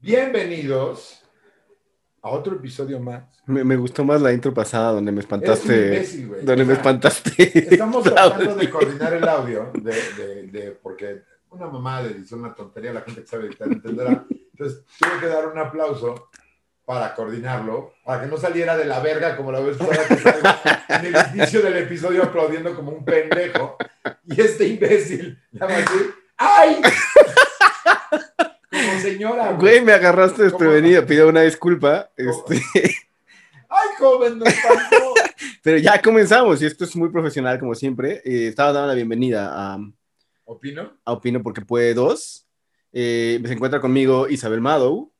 Bienvenidos a otro episodio más. Me, me gustó más la intro pasada donde me Eres un espantaste. imbécil, güey. donde me O sea, espantaste. Estamos tratando de Claudio. coordinar el audio, de, de- de- porque una mamá de edición, una tontería, la gente que sabe editar entenderá. Entonces, tuve que dar un aplauso para coordinarlo, para que no saliera de la verga como la vez pasada que salgo en el inicio del episodio aplaudiendo como un pendejo. Y este imbécil, nada más así, ¡ay! Como señora, güey. Güey, me agarraste desprevenida, pido una disculpa. ¿Cómo? Este, ¡Ay, joven, no espantó! pero ya comenzamos y esto es muy profesional como siempre. Eh, estaba dando la bienvenida a, ¿Opino? a Opino porque puede dos. Eh, se encuentra conmigo Isabel Madow.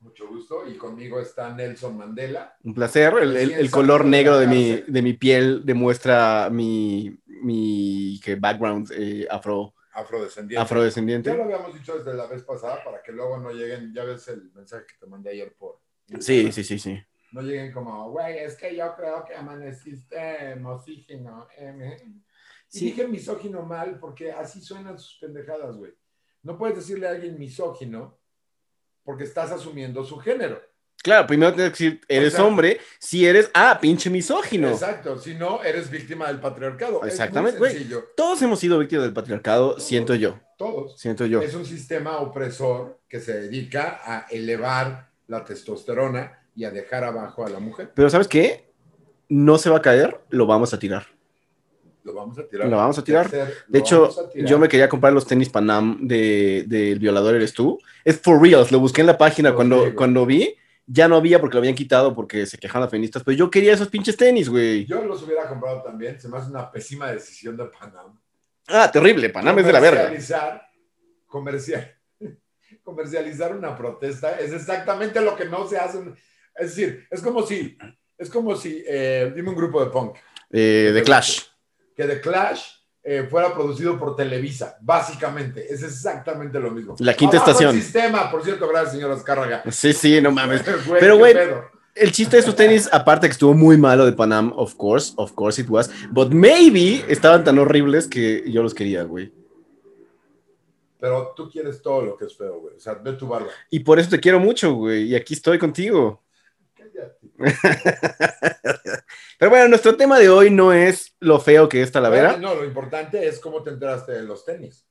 Mucho gusto. Y conmigo está Nelson Mandela. Un placer. El, el- el color negro de mi, de mi piel demuestra mi, mi que background eh, afro, afrodescendiente. Ya afrodescendiente. lo habíamos dicho desde la vez pasada para que luego no lleguen, ya ves el mensaje que te mandé ayer por. Sí, sí, sí, sí. No lleguen como, güey, es que yo creo que amaneciste misógino. Y Sí. dije misógino mal porque así suenan sus pendejadas, güey. No puedes decirle a alguien misógino porque estás asumiendo su género. Claro, primero tienes que decir, eres sea- hombre, si eres, ah, pinche misógino. Exacto, si no, eres víctima del patriarcado. Es muy Exactamente, güey. sencillo. Todos hemos sido víctimas del patriarcado, Todos. siento yo, Todos. siento yo. Es un sistema opresor que se dedica a elevar la testosterona y a dejar abajo a la mujer. Pero ¿sabes qué? No se va a caer, lo vamos a tirar. Lo vamos a tirar. Lo vamos a tirar. Tercer, lo De hecho, vamos a tirar. yo me quería comprar los tenis Panam de, del violador eres tú. Es for reals, lo busqué en la página Los cuando, digo. cuando vi. Ya no había porque lo habían quitado porque se quejaban las feministas, pero yo quería esos pinches tenis, güey. Yo los hubiera comprado también. Se me hace una pésima decisión de Panam. Ah, terrible, Panam es de la verga. Comercializar, comercial, comercializar una protesta es exactamente lo que no se hace. en- Es decir, es como si, es como si, eh, dime un grupo de punk, Eh, de Clash. que The Clash eh, fuera producido por Televisa, básicamente. Es exactamente lo mismo. La quinta Abajo estación. El sistema, por cierto, gracias, señor Azcárraga. Sí, sí, no mames. Güey, Pero, qué güey, pedo. El chiste de sus tenis, aparte que estuvo muy malo de Panam, of course, of course it was, but maybe estaban tan horribles que yo los quería, güey. Pero tú quieres todo lo que es feo, güey. O sea, ve tu barba. Y por eso te quiero mucho, güey, y aquí estoy contigo. Cállate. Pero bueno, nuestro tema de hoy no es lo feo que es Talavera. No, lo importante es cómo te enteraste de los tenis.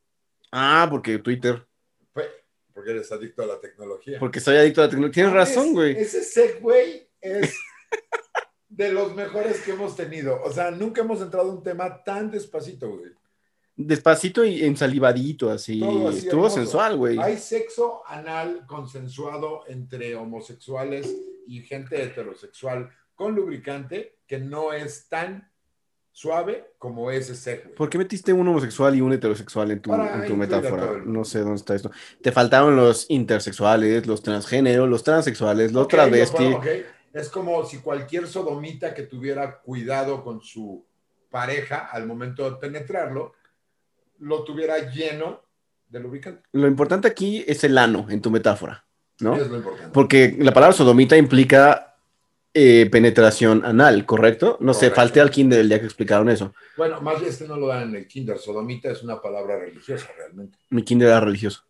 Ah, porque Twitter, Fue- Porque eres adicto a la tecnología. porque soy adicto a la tecnología. Tienes razón, güey. Ese Segway es de los mejores que hemos tenido. O sea, nunca hemos entrado a un tema tan despacito, güey. Despacito y ensalivadito, así. Todo así Estuvo hermoso. sensual, güey. Hay sexo anal consensuado entre homosexuales y gente heterosexual con lubricante que no es tan suave como ese Segway. ¿Por qué metiste un homosexual y un heterosexual en tu, Para en tu incluir a todo metáfora? el mundo. No sé dónde está esto. Te faltaron los intersexuales, los transgéneros, los transexuales, los Ok, travestis. lo puedo- ok. Es como si cualquier sodomita que tuviera cuidado con su pareja al momento de penetrarlo, lo tuviera lleno de lubricante. Lo importante aquí es el ano en tu metáfora, ¿no? Es lo importante. Porque la palabra sodomita implica eh, penetración anal, ¿correcto? No sé, Correcto. falté al kinder el día que explicaron eso. Bueno, más bien es que no lo dan en el kinder. Sodomita es una palabra religiosa realmente, Mi kinder era religioso.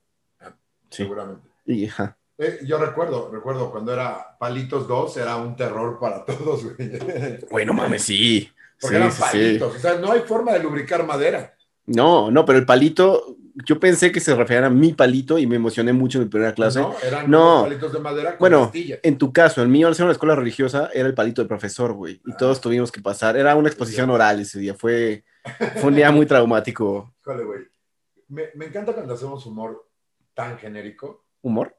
Sí. seguramente. Y, ajá. Eh, yo recuerdo, recuerdo cuando era Palitos 2, era un terror para todos, güey. Porque Güey, no mames, sí. Sí, eran sí, sí. palitos. O sea, no hay forma de lubricar madera. No, no, pero el palito, yo pensé que se referían a mi palito y me emocioné mucho en mi primera clase. No, eran No. palitos de madera con Bueno, astillas. En tu caso, el mío, al ser una escuela religiosa, era el palito del profesor, güey. Y Ah. todos tuvimos que pasar. Era una exposición oral ese día. Fue, fue un día muy traumático. Híjole, güey. Me, me encanta cuando hacemos humor tan genérico. ¿Humor?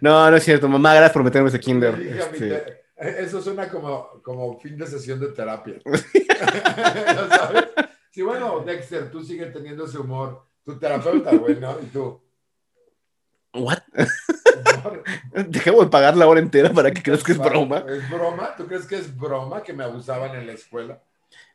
No, no es cierto. Mamá, gracias por meterme ese kinder. Le dije a mi Este, te- Eso suena como, como fin de sesión de terapia. ¿No ¿Sabes? Sí, bueno, Dexter, tú sigues teniendo ese humor. Tu terapeuta, güey, ¿no? Y tú. ¿What? humor. Dejemos de pagar la hora entera para que creas que es broma. ¿Es broma? ¿Tú crees que es broma que me abusaban en la escuela?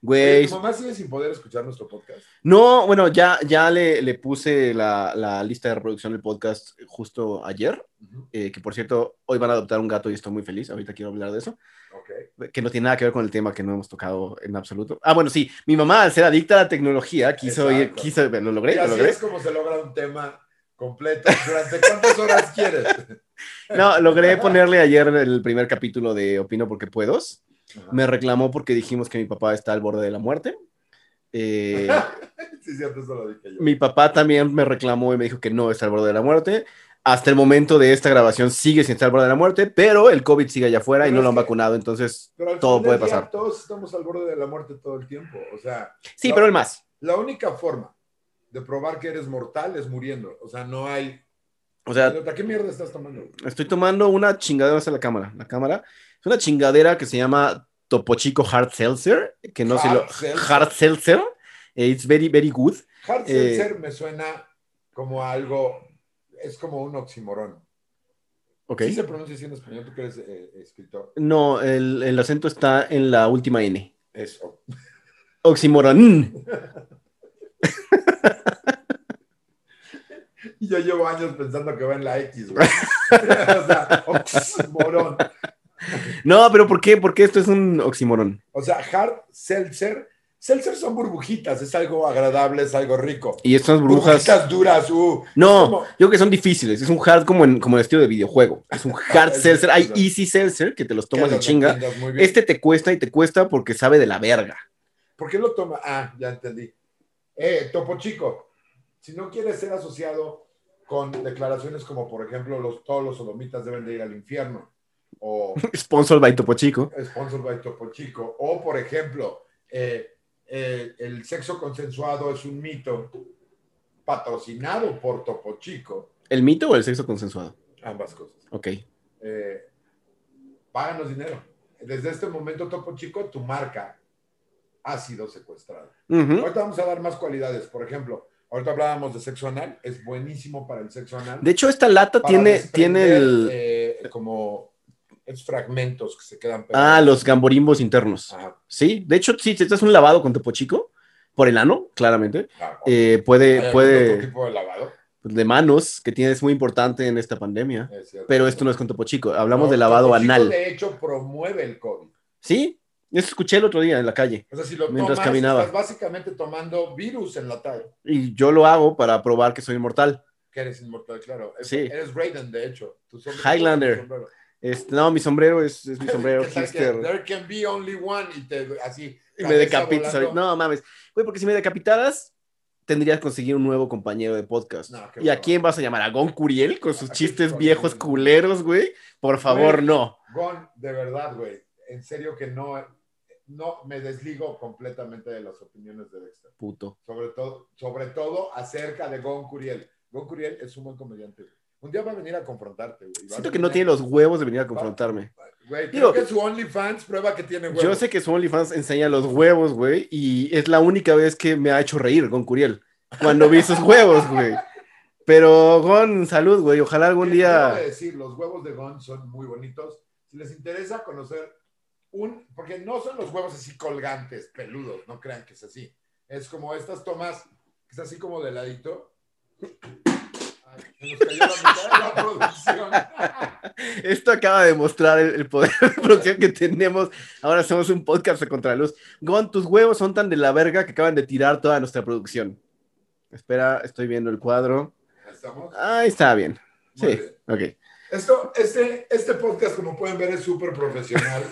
Güey, ¿Tu mamá sigue sin poder escuchar nuestro podcast? No, bueno, ya, ya le, le puse la, la lista de reproducción del podcast justo ayer, Ujú. eh, que por cierto, hoy van a adoptar un gato y estoy muy feliz, ahorita quiero hablar de eso, Ok. que no tiene nada que ver con el tema que no hemos tocado en absoluto. Ah, bueno, sí, mi mamá al ser adicta a la tecnología, quiso ir, Exacto. quiso, lo logré, Y lo así logré. es como se logra un tema completo. ¿Durante cuántas horas quieres? No, logré ponerle ayer el primer capítulo de Opino porque puedo. Me reclamó porque dijimos que mi papá está al borde de la muerte. Eh, Sí, cierto, eso lo dije yo. mi papá también me reclamó y me dijo que no está al borde de la muerte. Hasta el momento de esta grabación sigue sin estar al borde de la muerte, pero el COVID sigue allá afuera y Pero no es lo han que- vacunado, entonces Pero al todo final puede del día, pasar. Todos estamos al borde de la muerte todo el tiempo. O sea, sí, No. pero el más. la única forma de probar que eres mortal es muriendo. O sea, no hay. O sea, ¿Qué mierda estás tomando? estoy tomando una chingadera, no sé la cámara, la cámara es una chingadera que se llama Topo Chico Hard Seltzer, que no sé lo Hard seltzer. Hard Seltzer, eh, it's very very good. Hard Eh, seltzer me suena como algo. Es como un oximorón. Ok. ¿Sí se pronuncia así en español? ¿Tú que eres eh, escritor? No, el, el acento está en la última N. Eso. Oxymoron. Y Yo llevo años pensando que va en la X, güey. o sea, oximorón. No, pero ¿por qué? Porque esto es un oxymoron. O sea, hard seltzer. Seltzer son burbujitas, es algo agradable, es algo rico. Y estas burbujas. Burbujitas duras, uh. No, ¿Cómo? yo creo que son difíciles. Es un hard como en, como en estilo de videojuego. Es un hard Ah, Es seltzer. Hay verdad. easy seltzer que te los tomas Que de los chinga. entiendas muy bien. Este te cuesta y te cuesta porque sabe de la verga. ¿Por qué lo toma? Ah, ya entendí. Eh, Topo Chico, si no quieres ser asociado con declaraciones como, por ejemplo, los, todos los sodomitas deben de ir al infierno, o Sponsored by Topo Chico. sponsored by Topo Chico, o, por ejemplo, eh, eh, el sexo consensuado es un mito patrocinado por Topo Chico, ¿El mito o el sexo consensuado? ambas cosas. Ok. Eh, páganos dinero. Desde este momento, Topo Chico, tu marca ha sido secuestrada. Ujú. Ahorita vamos a dar más cualidades. Por ejemplo, ahorita hablábamos de sexo anal. Es buenísimo para el sexo anal. De hecho, esta lata Para tiene, desprender, tiene el. eh, como es fragmentos que se quedan Ah, pegados. los gamborimbos internos. Ajá, Sí, de hecho, sí, si te das un lavado con Topo Chico, por el ano, claramente, claro. eh, ¿Hay puede, algún otro puede, tipo de lavado? de manos, que tienes muy importante en esta pandemia, Es cierto. pero esto no es con Topo Chico, hablamos No, de lavado Topo Chico, anal, De hecho, promueve el COVID. ¿sí? Eso escuché el otro día en la calle, O sea, si lo Mientras tomas, caminaba. estás básicamente tomando virus en la tarde. y yo lo hago para probar que soy inmortal. Que eres inmortal, claro. Es- Sí. Eres Raiden, de hecho. Tu sombrero- Highlander. tu sombrero. Este, no, mi sombrero es, es mi sombrero Que sabes que hipster, There can be only one. Y te, así. y me cabeza decapitas volando. ahorita. No, mames, güey, porque si me decapitaras, tendrías que conseguir un nuevo compañero de podcast. No, qué ¿Y a hueva. quién vas a llamar? ¿A Gon Curiel con sus ¿A qué chistes coño? viejos culeros, güey? Por favor, Güey. no. Gon, de verdad, güey, en serio que no, no me desligo completamente de las opiniones de Dexter. Puto. Sobre todo, sobre todo acerca de Gon Curiel. Gon Curiel es un buen comediante. güey. Un día va a venir a confrontarte, güey. Va a Siento venir que no a- tiene los huevos de venir a confrontarme. Güey, Digo- creo que su OnlyFans prueba que tiene huevos. Yo sé que su OnlyFans enseña los huevos, güey, y es la única vez que me ha hecho reír con Curiel. Cuando vi sus huevos, güey. Pero Gon, salud, güey. Ojalá algún Quiero día. decir, los huevos de Gon son muy bonitos. Si les interesa conocer un, porque no son los huevos así colgantes, peludos, no crean que es así. Es como estas tomas, que es así como de ladito. Ay, se nos cayó la mitad de la producción. Esto acaba de mostrar el, el poder de producción que tenemos. Ahora hacemos un podcast a contraluz. Gon, tus huevos son tan de la verga que acaban de tirar toda nuestra producción. Espera, estoy viendo el cuadro. ¿Estamos? Ahí está bien. Muy Sí, bien. ok. Esto, este, este podcast, como pueden ver, es súper profesional.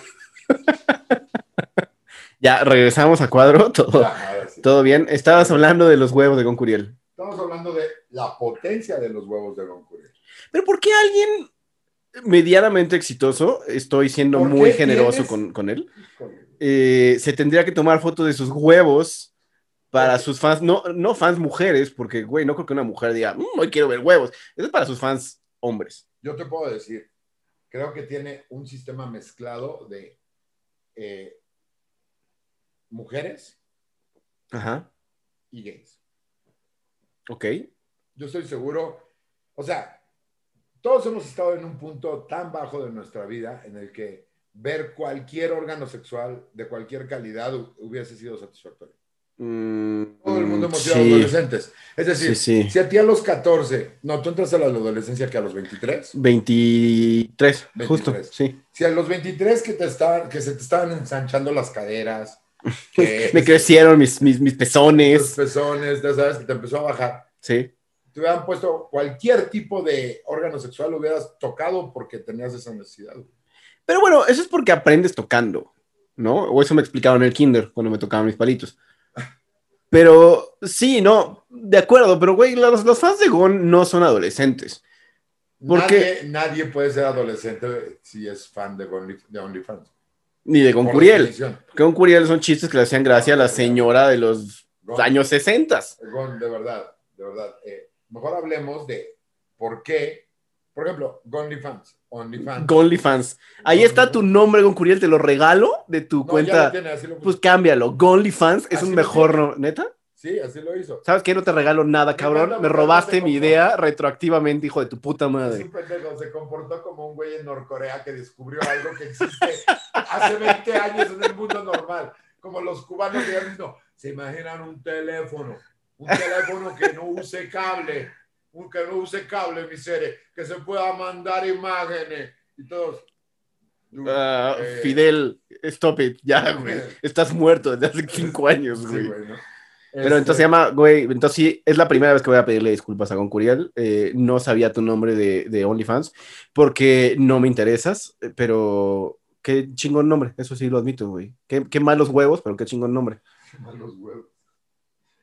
Ya, regresamos a cuadro. Todo, Ya, ahora sí. Todo bien. Estabas hablando de los huevos de Goncuriel. Estamos hablando de la potencia de los huevos de Gon Curiel. Pero ¿por qué alguien medianamente exitoso, estoy siendo ¿Por muy qué generoso tienes- con, con él, Híjole. eh, se tendría que tomar fotos de sus huevos para sus fans, no, no fans mujeres, porque, güey, no creo que una mujer diga, "Mm, hoy quiero ver huevos. Eso es para sus fans hombres. Yo te puedo decir, creo que tiene un sistema mezclado de eh, mujeres Ajá, y gays. ok. Yo estoy seguro, o sea, todos hemos estado en un punto tan bajo de nuestra vida en el que ver cualquier órgano sexual de cualquier calidad hu- hubiese sido satisfactorio. Todo el mundo hemos sido adolescentes. Es decir, Mm, Sí, sí. si a ti a los 14, no, tú entras a la adolescencia que a los 23, 23, justo, 23. sí. si a los 23 que, te estaban, que se te estaban ensanchando las caderas, que Me crecieron mis, mis, mis los pezones, pezones, ya sabes, que te empezó a bajar, sí. te hubieran puesto cualquier tipo de órgano sexual, lo hubieras tocado porque tenías esa necesidad. Pero bueno, eso es porque aprendes tocando, ¿no? O eso me explicaron en el kinder cuando me tocaban mis palitos. Pero sí, no, de acuerdo, pero güey, los, los fans de Gon no son adolescentes. ¿Por nadie, nadie puede ser adolescente si es fan de, Only- de OnlyFans. Ni de Gon Por Curiel. definición. Con Curiel son chistes que le hacían gracia a la señora de los Gon- Pues años 60. Gon, de verdad, de verdad. eh, mejor hablemos de por qué, por ejemplo, OnlyFans. OnlyFans. Gonlyfans. Ahí está tu nombre, Gon Curiel, te lo regalo de tu No, ya lo cuenta. tiene, así lo Pues cámbialo. Gonlyfans es Así un lo mejor, no- ¿neta? Sí, así lo hizo. ¿Sabes qué? No te regalo nada, manda- cabrón. Me manda- robaste manda- mi idea retroactivamente, hijo de tu puta Es madre. un pendejo, se comportó como un güey en Norcorea que descubrió algo que existe hace 20 años en el mundo normal. Como los cubanos que ya mismo se imaginan un teléfono, un teléfono que no use cable, un que no use cable, mi serie, que se pueda mandar imágenes y todos. Ah, Eh, Fidel, stop it, ya, Ah, güey. Estás muerto desde hace cinco años, sí, güey. güey, ¿no? Este, Pero entonces se llama, güey, entonces sí, es la primera vez que voy a pedirle disculpas a Goncuriel. Eh, no sabía tu nombre de, de OnlyFans porque no me interesas, eh, pero qué chingón nombre, eso sí lo admito, güey. Qué, qué malos huevos, pero qué chingón nombre. Quema los huevos.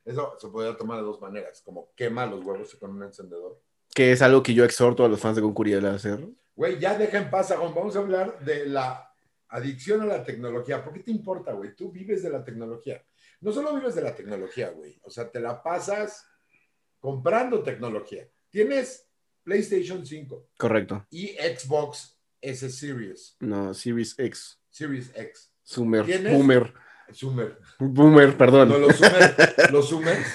Eso se podría tomar de dos maneras, como quema los huevos con un encendedor. Que es algo que yo exhorto a los fans de Goncuriel a hacer. Güey, ya deja en paz, Agón. Vamos a hablar de la adicción a la tecnología. ¿Por qué te importa, güey? Tú vives de la tecnología. No solo vives de la tecnología, güey. O sea, te la pasas comprando tecnología. Tienes PlayStation 5 Correcto. y Xbox S Series, No, Series X. Series X. Sumer. ¿Quién es? Boomer. Zoomer. Boomer, perdón. No, los Zoomers, los Zoomers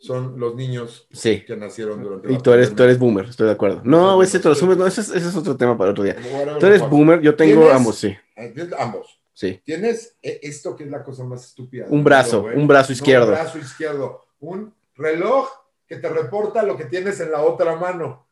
son los niños Sí. que nacieron durante Y la tú eres, tú pandemia. eres boomer, estoy de acuerdo. No, ese te lo sumes, no, ese es, ese es otro tema para otro día. Whatever Tú the eres fuck. boomer, yo tengo ¿Tienes? ambos, sí. Eh, tienes Ambos. Sí. Tienes eh, esto que es la cosa más estúpida. del Un brazo, mundo, güey. un brazo izquierdo. Un brazo izquierdo. Un reloj que te reporta lo que tienes en la otra mano.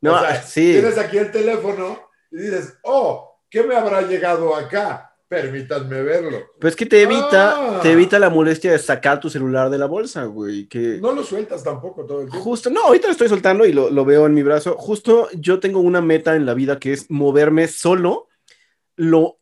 No, O sea, sí. Tienes aquí el teléfono y dices, oh, ¿qué me habrá llegado acá? Permítanme verlo. Pero es que te evita, Ah. te evita la molestia de sacar tu celular de la bolsa, güey. Que No lo sueltas tampoco todo el tiempo. justo, no, ahorita lo estoy soltando y lo, lo veo en mi brazo. Justo yo tengo una meta en la vida que es moverme solo lo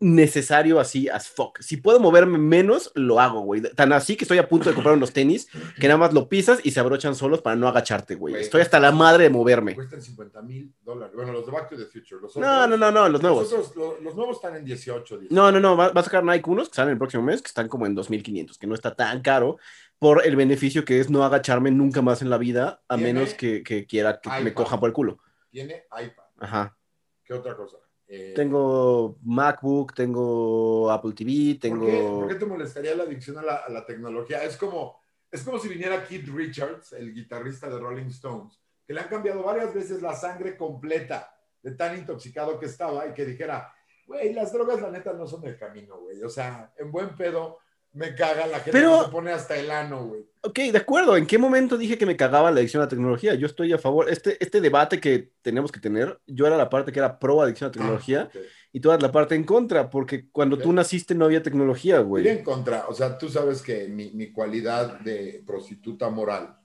necesario así as fuck. Si puedo moverme menos, lo hago, güey. Tan así que estoy a punto de comprar unos tenis que nada más lo pisas y se abrochan solos para no agacharte, güey. Güey. Estoy hasta la madre de moverme. Cuestan 50 mil dólares. Bueno, los de Back to the Future. Los No, no, no, no, los nuevos. Los, otros, lo- los nuevos están en 18. 18. No, no, no, va, va a sacar Nike unos que salen el próximo mes, que están como en 2.500, que no está tan caro, por el beneficio que es no agacharme nunca más en la vida, a Tiene menos que, que quiera que me iPad. cojan por el culo. Tiene iPad. Ajá. ¿Qué otra cosa? Eh, Tengo MacBook, tengo Apple TV, ¿Por qué, tengo... por qué te molestaría la adicción a la, a la tecnología? Es como, es como si viniera Keith Richards, el guitarrista de Rolling Stones, que le han cambiado varias veces la sangre completa de tan intoxicado que estaba y que dijera, güey, las drogas la neta no son el camino, güey. O sea, en buen pedo me caga la gente Pero- que se pone hasta el ano, güey. Ok, de acuerdo. ¿En qué momento dije que me cagaba la adicción a la tecnología? Yo estoy a favor. Este, este debate que tenemos que tener, yo era la parte que era pro adicción a la tecnología Ah, ok. y tú eras la parte en contra, porque cuando tú Ok. naciste no había tecnología, Ir güey. en contra, o sea, tú sabes que mi, mi cualidad de prostituta moral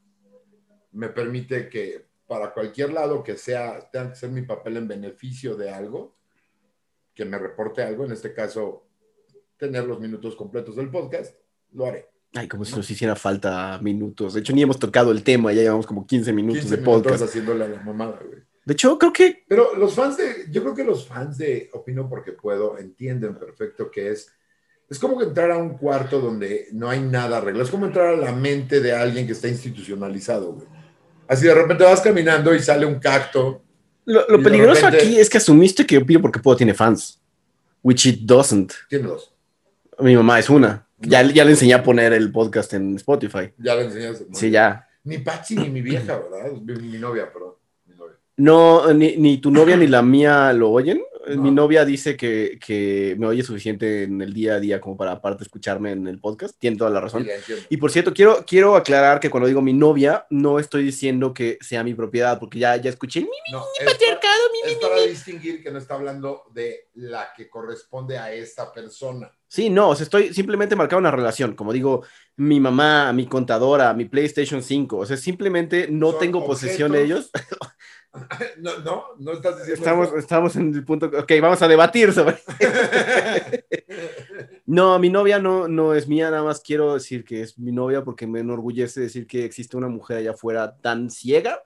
me permite que para cualquier lado que sea, tenga que ser mi papel en beneficio de algo, que me reporte algo, en este caso, tener los minutos completos del podcast, lo haré. Ay, como si nos hiciera falta minutos. De hecho, ni hemos tocado el tema, ya llevamos como 15 minutos 15 de minutos podcast. haciéndole a la mamada, güey. De hecho, creo que Pero los fans de, yo creo que los fans de Opino Porque Puedo entienden perfecto que es, es como que entrar a un cuarto donde no hay nada arreglado, es como entrar a la mente de alguien que está institucionalizado, güey. Así de repente vas caminando y sale un cacto. lo, Y lo de peligroso repente- aquí es que asumiste que Opino Porque Puedo tiene fans, which it doesn't. Tiene dos. Mi mamá es una. Ya, ya le enseñé a poner el podcast en Spotify. Ya le enseñaste. ¿no? Sí, ya. Ni Patsy ni mi vieja, ¿verdad? Mi, mi novia, perdón. Mi novia. No, ni, ni tu novia ni la mía lo oyen. eh, mi novia dice que, que me oye suficiente en el día a día como para aparte escucharme en el podcast. Tiene toda la razón. Sí, la entiendo. Y por cierto, quiero, quiero aclarar que cuando digo mi novia, no estoy diciendo que sea mi propiedad, porque ya, ya escuché mi No, es patriarcado, para- mi, mi, es mi, para mi. distinguir que no está hablando de la que corresponde a esta persona. Sí, no, o sea, estoy simplemente marcando una relación, como digo, mi mamá, mi contadora, mi PlayStation 5, o sea, simplemente no Son tengo posesión de ellos. No, no, no estás diciendo. Estamos, eso. estamos en el punto, ok, vamos a debatir sobre... No, mi novia no, no es mía, nada más quiero decir que es mi novia porque me enorgullece decir que existe una mujer allá afuera tan ciega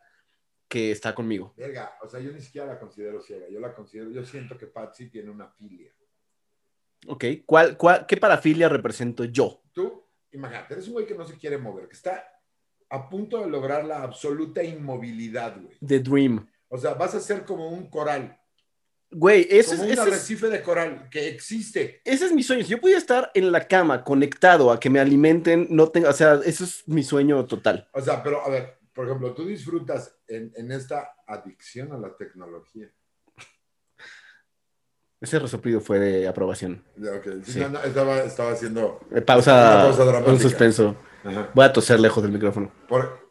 que está conmigo. Verga, o sea, yo ni siquiera la considero ciega. Yo la considero, yo siento que Patsy tiene una filia. Ok, ¿cuál, cuál, ¿qué parafilia represento yo? Tú, imagínate, eres un güey que no se quiere mover, que está a punto de lograr la absoluta inmovilidad, güey. The Dream. O sea, vas a ser como un coral, Güey, ese es, como un ese es, arrecife de coral que existe. ese es mi sueño. Si yo pudiera estar en la cama conectado a que me alimenten, no tengo, o sea, eso es mi sueño total. O sea, pero a ver, por ejemplo, tú disfrutas en, en esta adicción a la tecnología. Ese resoplido fue de aprobación. Ya, ok. Sí, Sí. no, no, estaba, estaba haciendo. Eh, Pausa, Una pausa dramática. un suspenso. Ajá. Voy a toser lejos del micrófono. Por-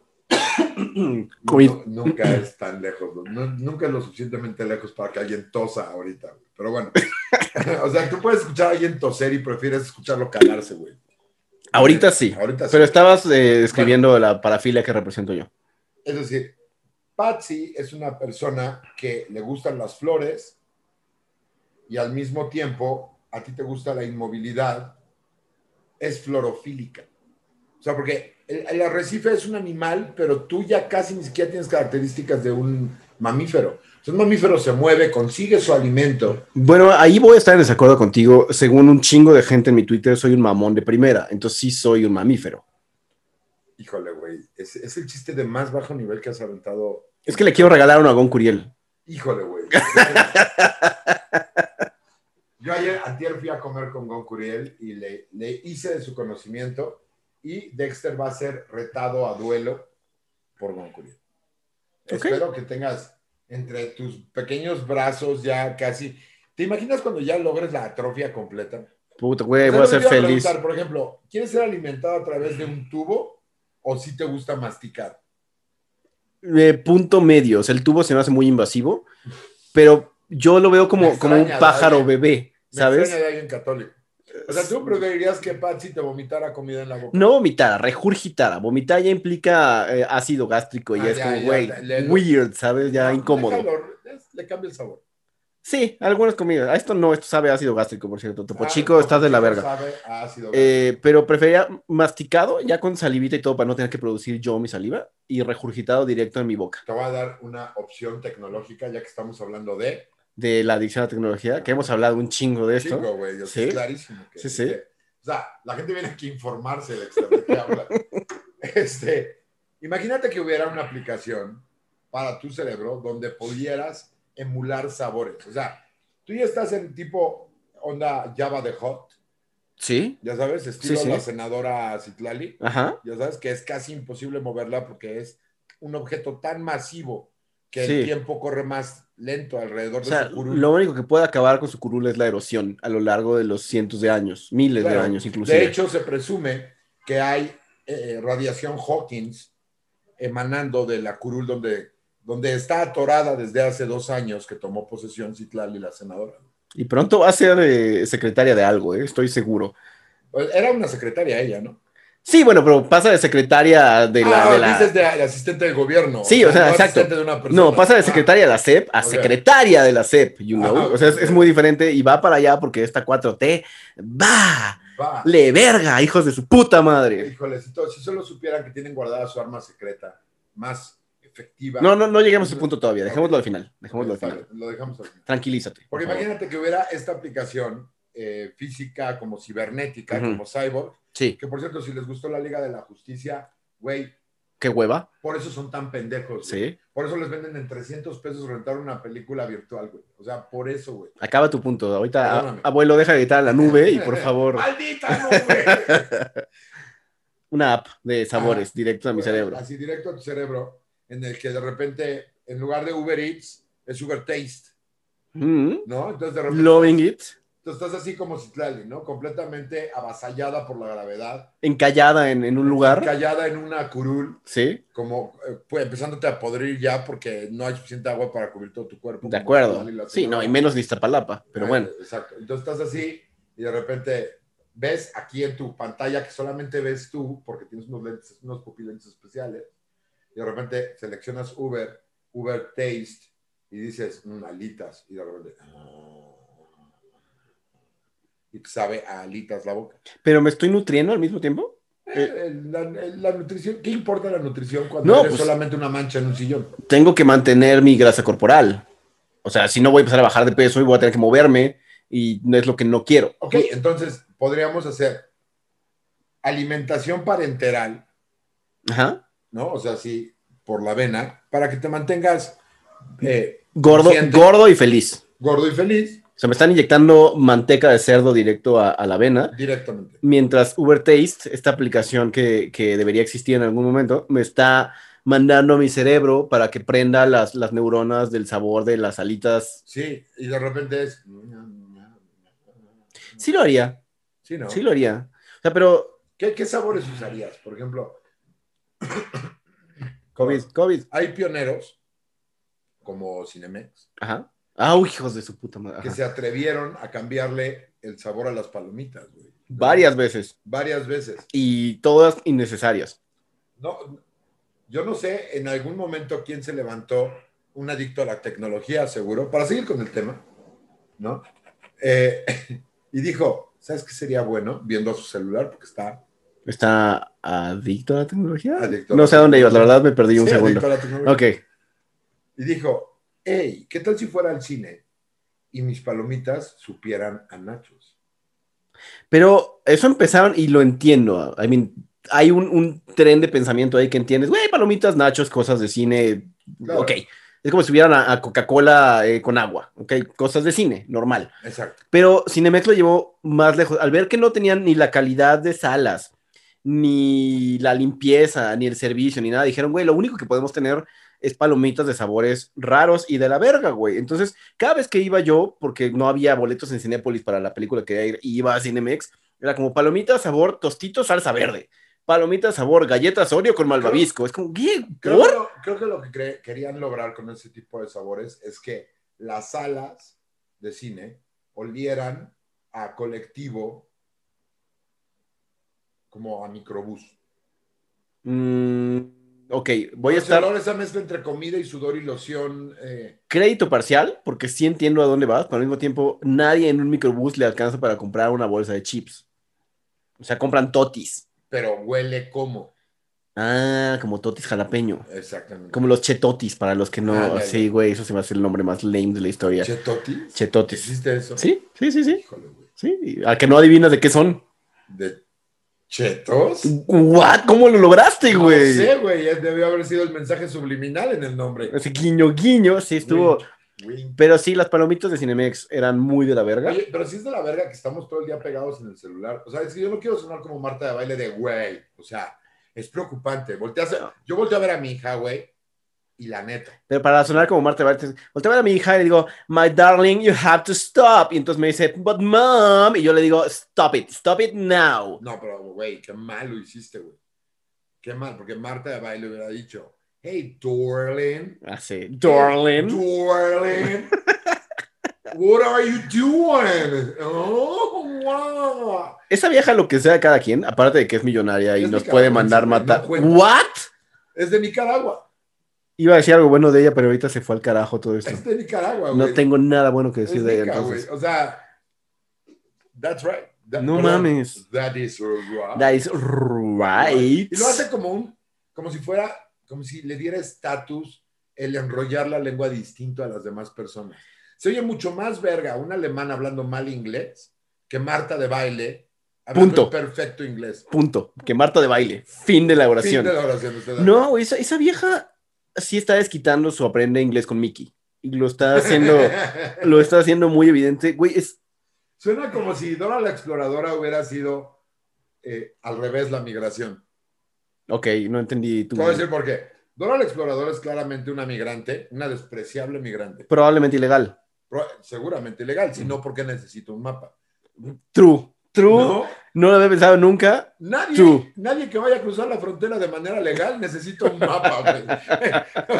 COVID. nu- nunca es tan lejos, ¿no? Nu- nunca es lo suficientemente lejos para que alguien tosa ahorita, güey. Pero bueno, o sea, tú puedes escuchar a alguien toser y prefieres escucharlo calarse, güey. Ahorita sí. Ahorita sí. Pero estabas eh, escribiendo la parafilia que represento yo. Es decir, Patsy es una persona que le gustan las flores y al mismo tiempo a ti te gusta la inmovilidad, es florofílica. O sea, porque el, el arrecife es un animal, pero tú ya casi ni siquiera tienes características de un mamífero. O sea, un mamífero se mueve, consigue su alimento. Bueno, ahí voy a estar en desacuerdo contigo. Según un chingo de gente en mi Twitter, soy un mamón de primera. Entonces sí soy un mamífero. Híjole, güey, es, es el chiste de más bajo nivel que has aventado. Es que le quiero regalar uno a Gon Curiel. Híjole, güey. Yo ayer, antier fui a comer con Gon Curiel y le, le hice de su conocimiento y Dexter va a ser retado a duelo por Gon Curiel. Ok. Espero que tengas entre tus pequeños brazos ya casi... ¿Te imaginas cuando ya logres la atrofia completa? Puta, güey, O sea, voy a yo ser te iba feliz. preguntar, por ejemplo, ¿quieres ser alimentado a través de un tubo o si te gusta masticar? Eh, punto medio. O sea, el tubo se me hace muy invasivo, pero yo lo veo como, Me como un extraña, pájaro Dani. bebé, Me ¿sabes? extraña de alguien católico. O sea, ¿tú preferirías que Patsy te vomitara comida en la boca? No vomitar, regurgitar. Vomitar ya implica eh, ácido gástrico y Ah, ya es ya, como, ya, güey, le- Ah, le- weird, ¿sabes? Ya No, incómodo. déjalo, es- le cambia el sabor. Sí, algunas comidas. A esto no, esto sabe a ácido gástrico, por cierto. Topo Ah, pues, chico, no, estás de la verga. Sabe a ácido Eh, pero prefería masticado, ya con salivita y todo, para no tener que producir yo mi saliva, y regurgitado directo en mi boca. Te voy a dar una opción tecnológica, ya que estamos hablando de. De la adicción a la tecnología, que hemos hablado un chingo de esto. Chico, güey, yo Sí. es clarísimo. que- Sí, sí. que- o sea, la gente viene aquí a informarse de esto, de qué habla. Este, imagínate que hubiera una aplicación para tu cerebro donde pudieras emular sabores. O sea, tú ya estás en tipo onda Java de Hot, ¿Sí? ya sabes, estilo sí. la senadora Citlali. Ajá. ya sabes que es casi imposible moverla porque es un objeto tan masivo que Sí. el tiempo corre más lento alrededor O sea, de su curul. lo único que puede acabar con su curul es la erosión a lo largo de los cientos de años, miles Claro. de años inclusive. de hecho, se presume que hay eh, radiación Hawkins emanando de la curul donde, donde está atorada desde hace dos años que tomó posesión Citlali, la senadora. Y pronto va a ser eh, secretaria de algo, eh, estoy seguro. Pues, Era una secretaria ella, ¿no? Sí, bueno, pero pasa de secretaria de la... Ah, de la- dices de, de asistente del gobierno. Sí, o sea, no exacto. asistente de una persona. No, pasa de Ah. secretaria de la CEP a Ok. secretaria de la CEP, you know. Ajá, o sea, es, ok. es muy diferente y va para allá porque esta 4T va, Va. le verga, hijos de su puta madre. Híjole, si, to- si solo supieran que tienen guardada su arma secreta, más efectiva. No, no, no llegamos a ese punto todavía, dejémoslo al final, dejémoslo al Está final. bien, Lo dejamos al final. Tranquilízate. por Porque favor. imagínate que hubiera esta aplicación eh, física, como cibernética, Ujú. como cyborg, Sí, que por cierto, si les gustó la Liga de la Justicia, güey, qué hueva, por eso son tan pendejos. güey. sí. Por eso les venden en 300 pesos rentar una película virtual, güey. O sea, por eso, güey. Acaba tu punto. Ahorita, Perdóname. abuelo, deja de gritar a la nube y por favor, ¡Maldita nube! una app de Ah. sabores directo a mi cerebro. Así directo a tu cerebro, en el que de repente, en lugar de Uber Eats, es Uber Taste. Mm, ¿no? Entonces de repente Loving it. entonces, estás así como Citlali, ¿no? Completamente avasallada por la gravedad, Encallada en, en un lugar. callada en una curul, Sí, como eh, pues, empezándote a podrir ya porque no hay suficiente agua para cubrir todo tu cuerpo. de como acuerdo. Citlali la Sí, señora. no, y menos de Iztapalapa, pero Ah, bueno. Exacto. Entonces estás así y de repente ves aquí en tu pantalla que solamente ves tú porque tienes unos lentes, unos pupilentes especiales y de repente seleccionas Uber, Uber Taste y dices "Mm, alitas y de repente "Ah". y te sabe a alitas la boca. Pero me estoy nutriendo al mismo tiempo. Eh. El- la, el- la nutrición, ¿qué importa la nutrición cuando No, eres pues- solamente una mancha en un sillón? Tengo que mantener mi grasa corporal. O sea, si no voy a empezar a bajar de peso y voy a tener que moverme y no es lo que no quiero. Ok, entonces podríamos hacer alimentación parenteral Ajá. ¿no? O sea, sí, por la vena, para que te mantengas eh, Gordo, Consciente. gordo y feliz. gordo y feliz O sea, me están inyectando manteca de cerdo directo a, a la avena. directamente. mientras Uber Taste, esta aplicación que, que debería existir en algún momento, me está mandando a mi cerebro para que prenda las, las neuronas del sabor de las alitas. Sí, y de repente es. Sí lo haría, Sí, ¿no? sí lo haría. O sea, pero ¿Qué, qué sabores usarías? Por ejemplo, COVID, COVID. hay pioneros como Cinemex Ajá. Ah, uy, hijos de su puta madre. que ajá. se atrevieron a cambiarle el sabor a las palomitas, güey. Varias veces Varias veces. y todas innecesarias. No, yo no sé en algún momento quién se levantó un adicto a la tecnología, seguro, para seguir con el tema, ¿no? Eh, y dijo, ¿sabes qué sería bueno? Viendo su celular, porque está ¿Está adicto a la tecnología? Adicto. No sé a dónde ibas, la verdad me perdí un sí, segundo. adicto a la tecnología. Ok, Y dijo, hey, ¿qué tal si fuera al cine y mis palomitas supieran a nachos? pero eso empezaron y lo entiendo. I mean, hay un, un tren de pensamiento ahí que entiendes, güey, palomitas, nachos, cosas de cine, Claro. ok. Es como si hubieran a, a Coca-Cola eh, con agua, ok, cosas de cine, normal. Exacto. Pero Cinemex lo llevó más lejos, al ver que no tenían ni la calidad de salas, ni la limpieza, ni el servicio, ni nada, dijeron, güey, lo único que podemos tener es palomitas de sabores raros y de la verga, güey. Entonces, cada vez que iba yo, porque no había boletos en Cinépolis para la película que iba a ir, y iba a Cinemex, era como palomitas sabor tostito salsa verde, palomitas sabor galletas Oreo con malvavisco. Es como, ¿qué? Creo, ¿Por? que lo- creo que lo que cre- querían lograr con ese tipo de sabores es que las salas de cine olieran a colectivo como a microbús. Mm, ok, voy a Ese estar... olor, esa mezcla entre comida y sudor y loción. eh, crédito parcial, porque sí entiendo a dónde vas, pero al mismo tiempo nadie en un microbús le alcanza para comprar una bolsa de chips. O sea, compran totis. pero huele como. Ah, como totis jalapeño. Exactamente. Como los chetotis, para los que no. Ah, ya, sí, ya. güey, eso se me hace el nombre más lame de la historia. ¿Chetoti? chetotis. ¿Hiciste eso? Sí, sí, sí, sí. Híjole, güey. sí. y Al que no adivinas de qué son. ¿De chetos? ¿What? ¿Cómo lo lograste, güey? No sé, güey. eh, Debió haber sido el mensaje subliminal en el nombre. Ese guiño, guiño, sí estuvo. Wink. Pero sí, las palomitas de Cinemex eran muy de la verga. Oye, pero si es de la verga que estamos todo el día pegados en el celular. O sea, es que yo no quiero sonar como Marta de baile de güey. O sea, es preocupante. Volteas a- Yo volteo a ver a mi hija, güey. Y la neta. Pero para sonar como Marta Valtes, volteo a ver a mi hija y le digo, My darling, you have to stop. Y entonces me dice, But mom. Y yo le digo, Stop it, stop it now. No, pero güey, qué mal lo hiciste, güey. Qué mal, porque Marta de baile hubiera dicho, hey, darling. Así, darling. Darling. What are you doing? Oh, wow. Esa vieja, lo que sea de cada quien, aparte de que es millonaria y Es nos nicaragüense, puede mandar güey, matar. no cuenta. ¿What? Es de Nicaragua. Iba a decir algo bueno de ella, pero ahorita se fue al carajo todo esto. Es de Nicaragua, güey. No tengo nada bueno que Es decir de ella nica, entonces. güey. O sea, that's right. That- No perdón, mames. That is right. That is right. Y lo hace como un, como si fuera, como si le diera estatus el enrollar la lengua distinto a las demás personas. Se oye mucho más verga un alemán hablando mal inglés que Marta de baile hablando Punto. perfecto inglés. Punto. Que Marta de baile. Fin de la Fin oración. de la oración. ¿usted da? No, güey, esa, esa vieja sí está desquitando su aprende inglés con Mickey. Y lo está haciendo, lo está haciendo muy evidente. Güey, es. Suena como si Dora la Exploradora hubiera sido eh, al revés la migración. Ok, no entendí Te tu. voy a decir por qué. Dora la Exploradora es claramente una migrante, una despreciable migrante. Probablemente ilegal. pro- seguramente ilegal, si no, ¿por qué necesito un mapa? True. True. No, No, lo había pensado nunca. nadie, True. nadie que vaya a cruzar la frontera de manera legal necesita un mapa, güey.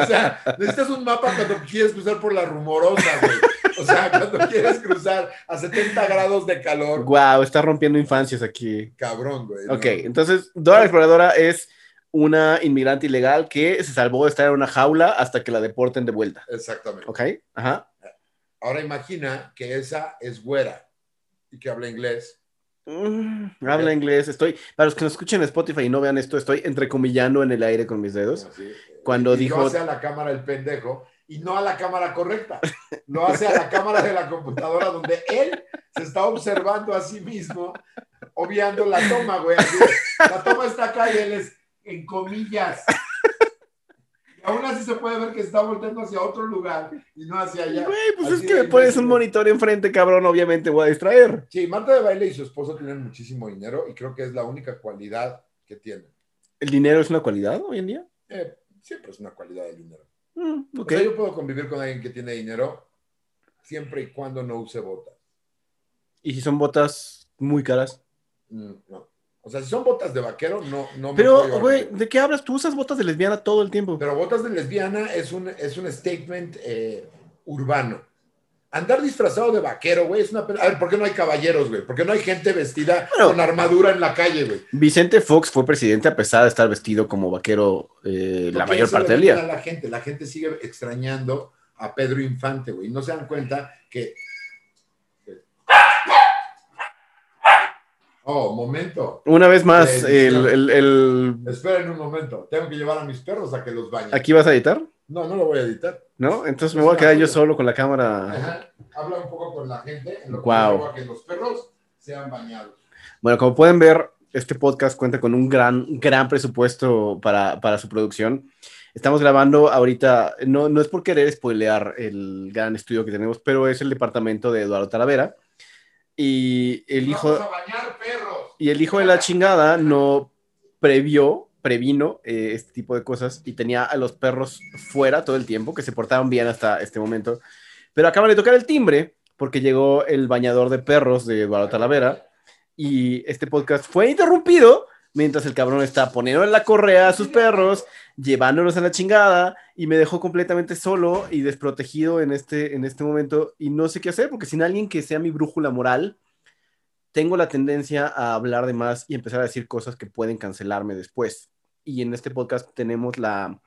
O sea, necesitas un mapa cuando quieres cruzar por la rumorosa, güey. O sea, cuando quieres cruzar a 70 grados de calor, Wow, está rompiendo infancias aquí. cabrón, güey. ¿no? Ok, entonces Dora la Exploradora es una inmigrante ilegal que se salvó de estar en una jaula hasta que la deporten de vuelta. Exactamente. Ok, ajá. Ahora imagina que esa es güera y que habla inglés. Mm, habla inglés, estoy, para los que nos escuchen en Spotify y no vean esto, estoy entrecomillando en el aire con mis dedos. así, eh, Pues, Cuando y dijo- Lo hace a la cámara el pendejo y no a la cámara correcta. Lo hace a la cámara de la computadora donde él se está observando a sí mismo, obviando la toma, güey. así. La toma está acá y él es en comillas. Y aún así se puede ver que está volteando hacia otro lugar y no hacia allá. Güey, pues Así es que de me pones un imbécil. monitor enfrente, cabrón, obviamente voy a distraer. Sí, Marta de Baile y su esposo tienen muchísimo dinero y creo que es la única cualidad que tienen. ¿El dinero es una cualidad hoy en día? Eh, siempre es una cualidad del dinero. Mm, ok. O sea, yo puedo convivir con alguien que tiene dinero siempre y cuando no use botas. ¿Y si son botas muy caras? Mm, no. O sea, si son botas de vaquero, no, no me voy Pero, a güey, orgullo. ¿de qué hablas? Tú usas botas de lesbiana todo el tiempo. Pero botas de lesbiana es un, es un statement eh, urbano. Andar disfrazado de vaquero, güey, es una... pe- A ver, ¿por qué no hay caballeros, güey? ¿Por qué no hay gente vestida Bueno. con armadura en la calle, güey? Vicente Fox fue presidente a pesar de estar vestido como vaquero eh, la Porque mayor eso le parte del queda día. a La gente, la gente sigue extrañando a Pedro Infante, güey. y No se dan cuenta que. Oh, momento. Una vez más, Eh, el, el- el- Esperen un momento. Tengo que llevar a mis perros a que los bañen. aquí vas a editar, No, no lo voy a editar. ¿no? Entonces me voy a quedar yo solo con la cámara. Ajá. Habla un poco con la gente. En lo que Guau. llego a que los perros sean bañados. Bueno, como pueden ver, este podcast cuenta con un gran, gran presupuesto para, para su producción. Estamos grabando ahorita, no, no es por querer spoilear el gran estudio que tenemos, pero es el departamento de Eduardo Talavera. Y el hijo... Vamos a bañar perros. Y el hijo de la chingada no previó, previno eh, este tipo de cosas y tenía a los perros fuera todo el tiempo, que se portaban bien hasta este momento. Pero acaban de tocar el timbre porque llegó el bañador de perros de Eduardo Talavera y este podcast fue interrumpido mientras el cabrón está poniendo en la correa a sus perros, llevándolos a la chingada y me dejó completamente solo y desprotegido en este, en este momento y no sé qué hacer porque sin alguien que sea mi brújula moral tengo la tendencia a hablar de más y empezar a decir cosas que pueden cancelarme después. Y en este podcast tenemos la,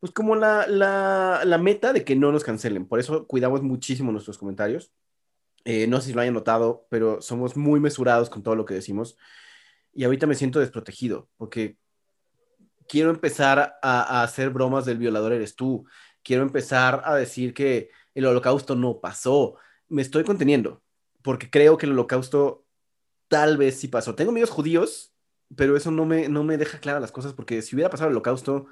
pues como la, la, la meta de que no nos cancelen. Por eso cuidamos muchísimo nuestros comentarios. Eh, no sé si lo hayan notado, pero somos muy mesurados con todo lo que decimos. Y ahorita me siento desprotegido porque quiero empezar a, a hacer bromas del violador eres tú. Quiero empezar a decir que el holocausto no pasó. Me estoy conteniendo porque creo que el holocausto tal vez sí pasó. Tengo amigos judíos, pero eso no me, no me deja claras las cosas, porque si hubiera pasado el holocausto,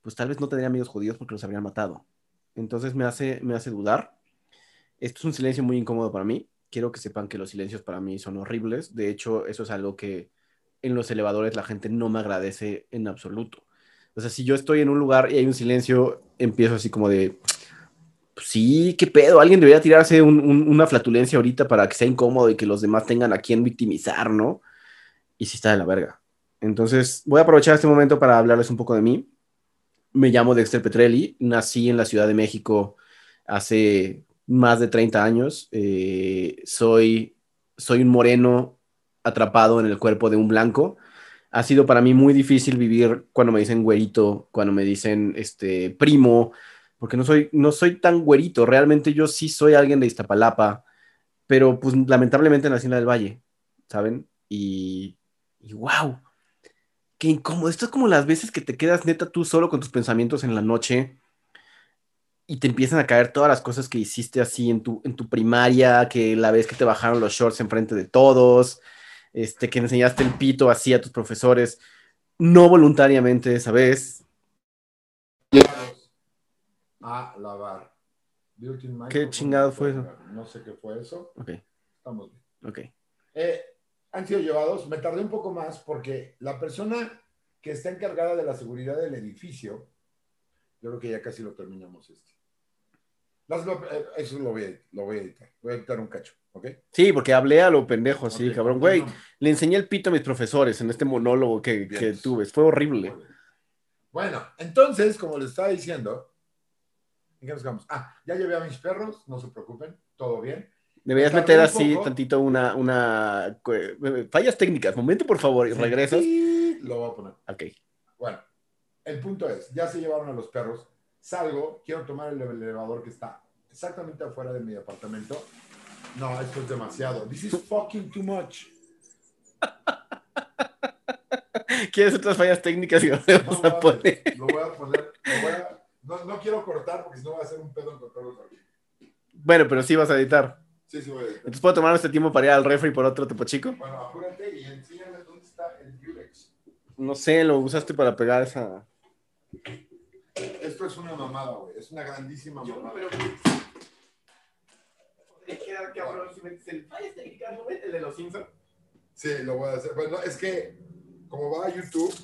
pues tal vez no tendría amigos judíos porque los habrían matado. Entonces me hace, me hace dudar. Esto es un silencio muy incómodo para mí. Quiero que sepan que los silencios para mí son horribles. De hecho, eso es algo que en los elevadores la gente no me agradece en absoluto. O sea, si yo estoy en un lugar y hay un silencio, empiezo así como de, pues Sí, qué pedo. Alguien debería tirarse un- un- una flatulencia ahorita para que sea incómodo y que los demás tengan a quien victimizar, ¿no? Y sí está de la verga. Entonces, voy a aprovechar este momento para hablarles un poco de mí. Me llamo Dexter Petrelli. Nací en la Ciudad de México hace más de 30 años. Eh, soy, soy un moreno atrapado en el cuerpo de un blanco. Ha sido para mí muy difícil vivir cuando me dicen güerito, cuando me dicen este primo, porque no soy, no soy tan güerito, realmente yo sí soy alguien de Iztapalapa, pero pues lamentablemente nací en la del Valle, ¿saben? Y, y wow, qué incómodo. Esto es como las veces que te quedas neta tú solo con tus pensamientos en la noche y te empiezan a caer todas las cosas que hiciste así en tu, en tu primaria, que la vez que te bajaron los shorts enfrente de todos, este, que enseñaste el pito así a tus profesores, no voluntariamente esa vez. A lavar. Virgin ¿Qué microphone. chingado fue eso? No sé qué fue eso. Ok, Estamos bien. ok. Eh, han sido llevados. Me tardé un poco más porque la persona que está encargada de la seguridad del edificio, yo creo que ya casi lo terminamos este. Las- lo- eh, eso lo voy, a, lo voy a editar. Voy a editar un cacho, ¿ok? Sí, porque hablé a lo pendejo así, Ok, Pues cabrón. Güey, continúa. le enseñé el pito a mis profesores en este monólogo que, Bien. que tuve. Fue horrible. Bueno, entonces, como les estaba diciendo, ¿en qué nos quedamos? Ah, ya llevé a mis perros, no se preocupen, todo bien. Deberías Tardé meter un así poco. tantito una, una... cu- eh, Fallas técnicas. Momento, por favor, y regresas. Sí, Lo voy a poner. Ok. Bueno, el punto es, ya se llevaron a los perros, salgo, quiero tomar el elevador que está exactamente afuera de mi apartamento. No, esto es demasiado. This is fucking too much. ¿Quieres otras fallas técnicas que volvemos No a poner? mames, Lo voy a poner, lo voy a- no, no quiero cortar porque si no va a ser un pedo encontrarlos aquí. Bueno, pero sí vas a editar. Sí, sí, voy a Entonces puedo tomar este tiempo para ir al refri por otro tipo chico. Bueno, apúrate y enséñame dónde está el Durex. No sé, lo usaste para pegar esa. Esto es una mamada, güey. Es una grandísima mamada. Sí, lo voy a hacer. Bueno, es que como va a YouTube.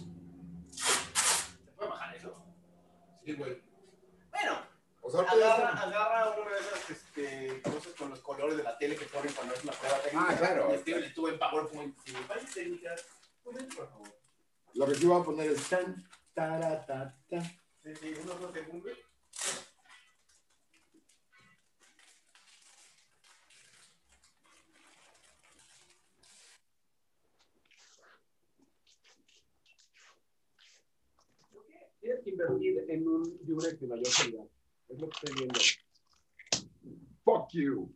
Sí, güey. Bueno, O sea, ahorita ya está- agarra una de esas este, cosas con los colores de la tele que ponen cuando es una prueba Ah, claro. Y escríbele tú en PowerPoint. Si me pues fallas técnicas, ponen, por favor. Lo que sí voy a poner es tan, tara, ta, ta. Desde unos dos segundos. Tienes que invertir en un Durex de mayor calidad. Es lo que estoy viendo. Fuck you.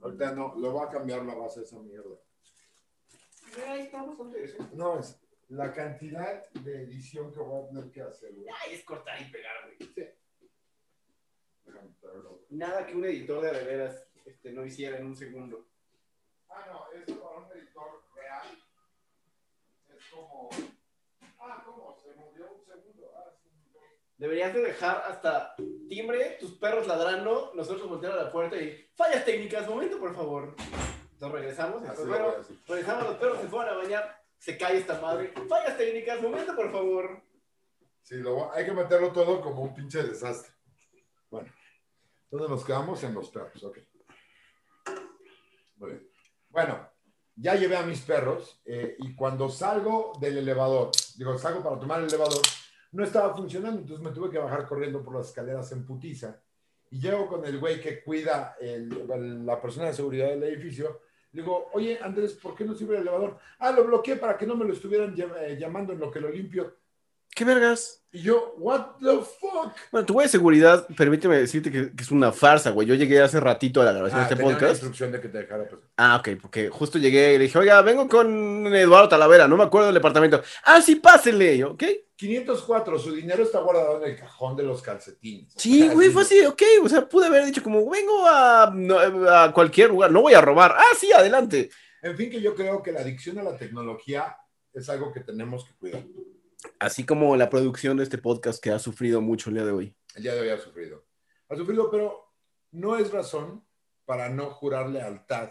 Ahorita no, lo va a cambiar la base de esa mierda. Ahí estamos con eso. No, es la cantidad de edición que voy a tener que hacer, güey. Ay, es cortar y pegar, güey. Déjame quitarlo. Nada que un editor de de veras este, no hiciera en un segundo. Ah, no, eso para un editor real es como. Ah, ¿cómo? Se movió un segundo. Ah, sí, no. Deberías de dejar hasta timbre, tus perros ladrando, nosotros voltear a la puerta y fallas técnicas, momento por favor. Entonces regresamos, Así entonces, lo voy bueno, a hacer. regresamos, los perros se fueron a bañar, se cae esta madre, fallas técnicas, momento por favor. Sí, lo voy- hay que meterlo todo como un pinche desastre. Bueno, ¿dónde nos quedamos? En los perros, ok. Muy bien. Bueno, ya llevé a mis perros eh, y cuando salgo del elevador, digo, salgo para tomar el elevador, no estaba funcionando, entonces me tuve que bajar corriendo por las escaleras en putiza y llego con el güey que cuida el- la persona de seguridad del edificio. Le Digo, oye Andrés, ¿por qué no sirve el elevador? Ah, lo bloqueé para que no me lo estuvieran llam- eh, llamando en lo que lo limpio. ¿Qué vergas? Y yo, what the fuck? Bueno, tu güey de seguridad, permíteme decirte que, que es una farsa, güey. Yo llegué hace ratito a la grabación de este podcast. Ah, instrucción de que te dejara pues, pasar. Ah, ok, porque justo llegué y le dije, oiga, vengo con Eduardo Talavera, no me acuerdo del departamento. Ah, sí, pásele, Y yo, ¿ok? 504, su dinero está guardado en el cajón de los calcetines. Sí, güey, fue así, ok, o sea, pude haber dicho como, vengo a, no, a cualquier lugar, no voy a robar. Ah, sí, adelante. En fin, que yo creo que la adicción a la tecnología es algo que tenemos que cuidar. Así como la producción de este podcast que ha sufrido mucho el día de hoy. El día de hoy ha sufrido. Ha sufrido, pero no es razón para no jurar lealtad,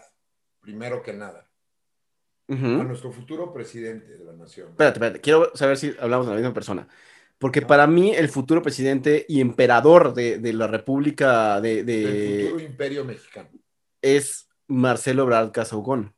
primero que nada, a Ujú. nuestro futuro presidente de la nación. Espérate, espérate, quiero saber si hablamos de la misma persona. Porque para mí, el futuro presidente y emperador de, de la República de, de- Del futuro imperio mexicano, es Marcelo Brad Casaubon.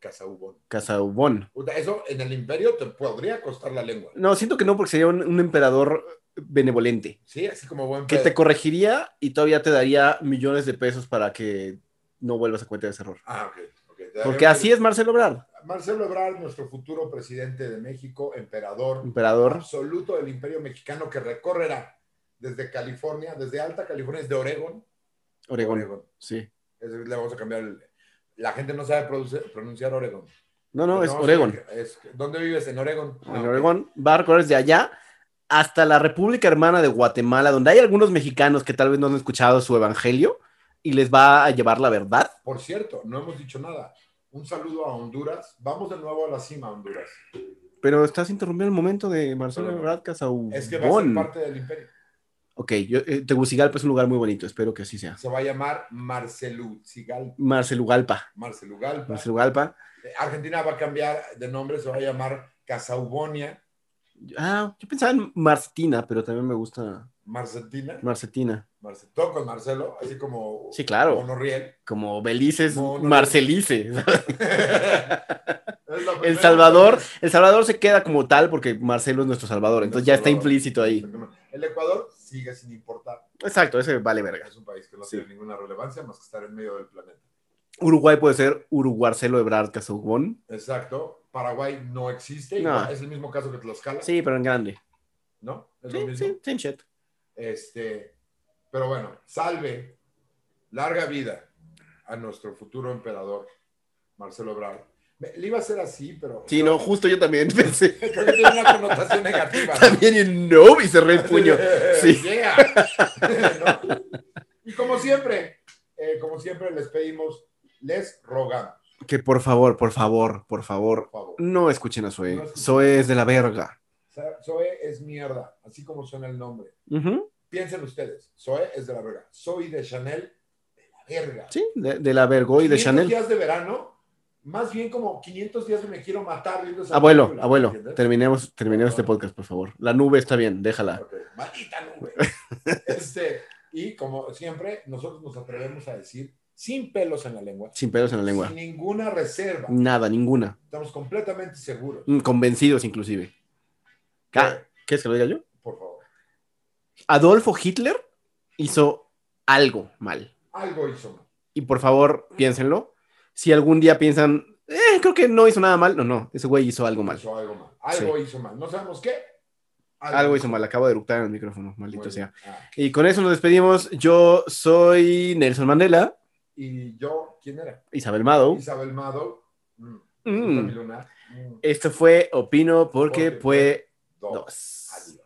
Casaubón. Casaubon. Puta, Eso en el imperio te podría costar la lengua. No, siento que no, porque sería un, un emperador benevolente. Sí, así como buen Que pedo. te corregiría y todavía te daría millones de pesos para que no vuelvas a cometer ese error. Ah, ok. ok. Te Porque daría- así es Marcelo Brad, Marcelo Ebrard, nuestro futuro presidente de México, emperador emperador. absoluto del imperio mexicano que recorrerá desde California, desde Alta California, desde Oregón. Oregón, sí. Es decir, le vamos a cambiar el- La gente no sabe produce- pronunciar Oregón. No, no, Le es vamos a- Oregón. es- ¿Dónde vives? En Oregón. Ah, En ok. Oregón va a recorrer desde allá hasta la República Hermana de Guatemala, donde hay algunos mexicanos que tal vez no han escuchado su evangelio y les va a llevar la verdad. Por cierto, no hemos dicho nada. Un saludo a Honduras. Vamos de nuevo a la cima, Honduras. Pero estás interrumpiendo el momento de Marcelo Perdón. Ebrard Casaubon. Es que va a ser parte del imperio. Ok, yo, eh, Tegucigalpa es un lugar muy bonito, espero que así sea. Se va a llamar Marcelu, Sigal, Marcelugalpa. Marcelugalpa. Marcelugalpa. Argentina va a cambiar de nombre, se va a llamar Casaubonia. Ah, yo pensaba en Martina, pero también me gusta Marcentina. Marcetina. Marce- todo con Marcelo, así como. Sí, claro. Monoriel. Como Belice es No, no, no. Marcelice. Es la El primera- Salvador, el Salvador se queda como tal porque Marcelo es nuestro Salvador, entonces ya está Salvador. implícito ahí. El Ecuador sigue sin importar. Exacto, ese vale verga. Es un país que no Sí. tiene ninguna relevancia más que estar en medio del planeta. Uruguay puede ser Uruguarcelo Ebrard Casugón. Exacto. Paraguay no existe. No. igual, Es el mismo caso que Tlaxcala. Sí, pero en grande. ¿No? Es lo Sí, mismo. sí, same shit. Este, pero bueno, salve, larga vida a nuestro futuro emperador, Marcelo Ebrard. Me- Le iba a ser así, pero Sí, no, justo yo también pensé. creo que tiene una connotación negativa. ¿no? También y no, y cerré el puño. Sí. Yeah. ¿No? Y como siempre, eh, como siempre les pedimos, les rogamos, Que por favor, por favor, por favor, por favor. no escuchen a Zoe. Zoe es de la verga. Sa- Zoe es mierda, así como suena el nombre. Ujú, Piensen ustedes, Zoe es de la verga. Soy de Chanel, de la verga. Sí, de, de la vergo y de 500 Chanel. días de verano, más bien como 500 días de me quiero matar. viendo esa Abuelo, película, abuelo, ¿entiendes? terminemos, terminemos este podcast, por favor. La nube está bien, déjala. Ok, Maldita nube. Este, y como siempre, nosotros nos atrevemos a decir sin pelos en la lengua, Sin pedos en la lengua. Mm. sin ninguna reserva. Nada, ninguna. Estamos completamente seguros. Mm, Convencidos, inclusive. Eh. Ah, ¿Quieres que lo diga yo? Por favor. Adolfo Hitler hizo algo mal. Algo hizo mal. Y por favor, piénsenlo. Si algún día piensan, "Eh, creo que no hizo nada mal, no, no, ese güey hizo algo mal. Hizo algo mal. Algo hizo mal. No sabemos qué. Algo hizo mal, acabo de eructar en el micrófono, maldito Muy sea. bien. Ah, Y con eso nos despedimos. Yo soy Nelson Mandela, y yo, ¿quién era? Isabel Mado. Isabel Mado. Mm. Mm. Luna. Mm. Esto fue Opino porque Porque fue Dos. dos. Adiós.